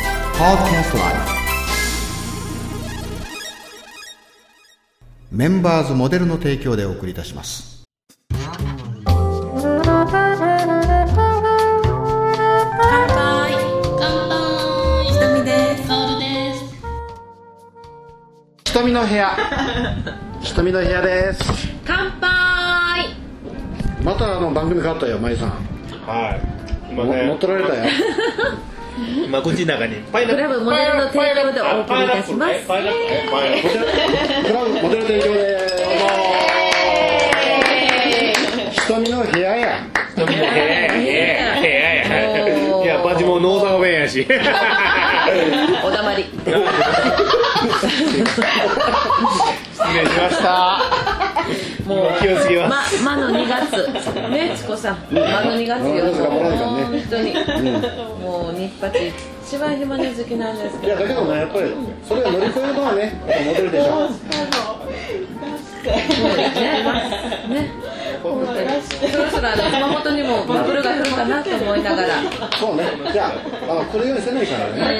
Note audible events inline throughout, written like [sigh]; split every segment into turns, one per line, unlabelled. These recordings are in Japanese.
Podcast Live メンバーズモデルの提供でお送りいたします
乾杯
乾杯
ひとみです
カオルです
瞳の部屋 [laughs] 瞳の部屋です
乾杯
またあの番組変わったよまゆさん
はい。今
も乗
ね
っ、取られたよ
今口の中にパイナッ
ク
プ
ラ
ル。
ブモデルの提供でお送りいたします
パイナップルね。パイナップルね。
クラブモデル提供です瞳の部屋や
パイナップル飲みの部屋や部屋や。いや、バジもノーザー弁やし。
おだまり
失礼しました。もう気をつけま。
ます間の2月ねちこさん間の2月
もらえるかもらえるか
よ
ね
本当にもう日発一番島根好きなんです
い
けど
やだけどねやっぱりそれを乗り越えるのはねやっぱモデルでしょ
そうですねね本当にそろそろあの熊本にもバブルが来るかなと思いながら、
そうねじゃああこれよりせないからね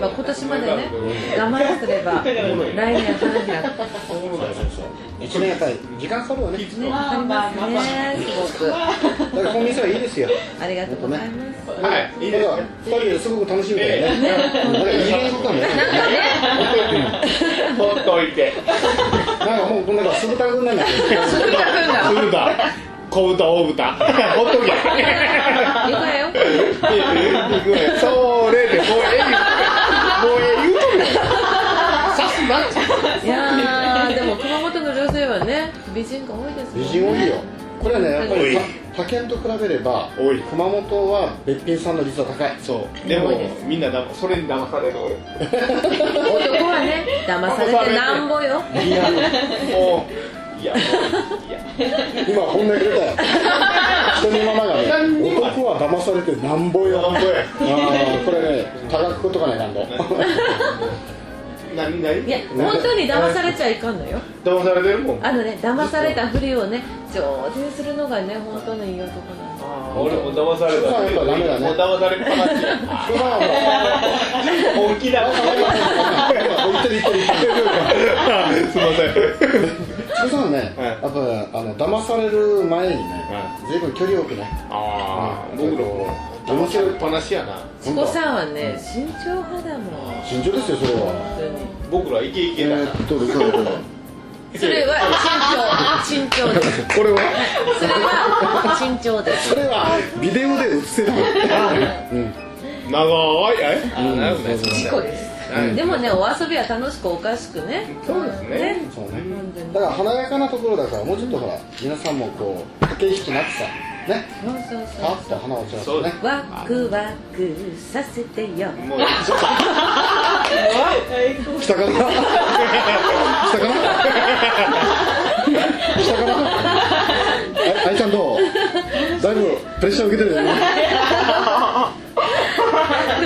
まあ、今年までね我慢すれば来年花開く
一年やっぱり時間かかるよ [laughs] ね
ねわかりますねすごく
だからこの店はいいですよ
ありがとうございます
はいいいです二人ですごく楽しみだよねこれ異例のことだね
ほっといて。
なんかもうこんなの酢豚くんなんだけど
鈴田君だ
酢豚、小豚、大豚。ほっとけ。
よかよ
行くわよそれで、もうええよ。もうええ言うとるよ。さすなっちゃう。
いやーでも熊本の女性はね美人が多いです
美
もんね
人多いよこれはねやっぱ
多い
り他県と比べれば
多い
熊本はべっぴんさんの率は高い
そう。でも、みんなだ、それに騙される俺。
男はね騙されてなんぼよ
いや
もう、いや、もう、いや。
今本音入れたよ人のママがね男は騙されてなんぼよ
なんぼ
あ
や
ーこれねたがくことがねなんぼ
何何
いや本当に騙されちゃいかんのよ
騙されてるもん
あのね騙されたふりをね上手にするのがね本当のいい男なんで
俺も騙され
たそうそうダメだね
もう騙されっぱなしや
熊はもう
本気だ
言ってる言ってる言ってる
[laughs] すいません
菊さんはね
はい
やっぱあの騙される前にね
は
随分距離を置くね
ああ僕らも騙されっぱなしやな
すこさんはね慎重派だもん本
慎重ですよそれは
当に
僕らイケイ
え
ケだな
ーっとどこどこ
それは慎
[laughs]
重慎重です
これは
それは慎重です
それはビデオで映せない。うん。
長いえ
ん
長くない
そうそう
事故です、
はい
でもねお遊びは楽しくおかしくね
そうですね
そうね。だから華やかなところだからもうちょっとほら皆さんもこう駆け引きなくさね。
そうそう
パッと花を散らすね。
そうワクワクさせてよ
もうちょっと
来たかな。来たかな。来たかな。ああいちゃんどう？だいぶプレッシャー受けてるよね。
で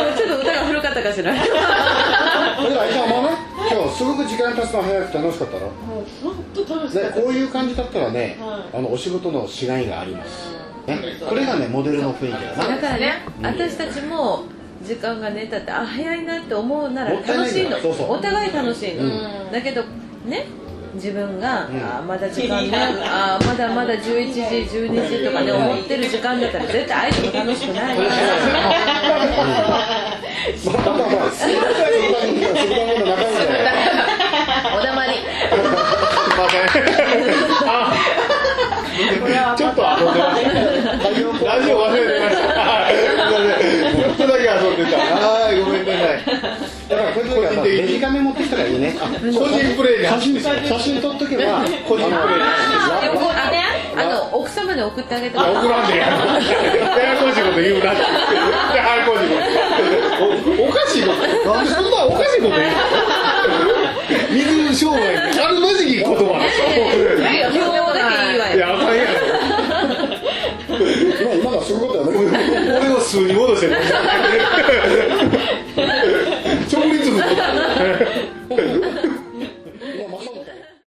もちょっと歌が古かったか
[laughs]
しら
だからあいちゃんもね今日すごく時間経つの早くて楽しかったろ。
もう本当楽しか
ね
っ
こういう感じだったらね
は
あのお仕事のしがいがあります。ねこれがねモデルの雰囲気だな。
だからね私たちも時間がねだってあ早いなって思うなら
もったいな
楽
い
しいの
そうそう
お互い楽しいの、
う
だけどね自分が、
ん
あまだ時間ね
[laughs]
あまだまだ11時12時とかね思ってる時間だったら絶対相手も楽しくないから
まあまあまあ、そんなこと仲良くない。
おだまり
すいませんあちょっと遊んでましたラジオ忘れてましたはいすいませんちょっとだけ遊んでたはいごめんなさい
だから、こういう時はまあデジカメ持ってきたらいいね。
個人プレイに
写真、写真撮っとけば、
個人プレイに
あ
あ
あの奥様に送ってあげたら
送らんでやややこしいこと言うなってややこしいことおおかしいことなんでそんなおかしいこと言うの水商売あるまじき言葉で
いや両方だけいいわ
しょ
よ
いやあかんやろ
の今今のすることやね。
俺を数に戻してる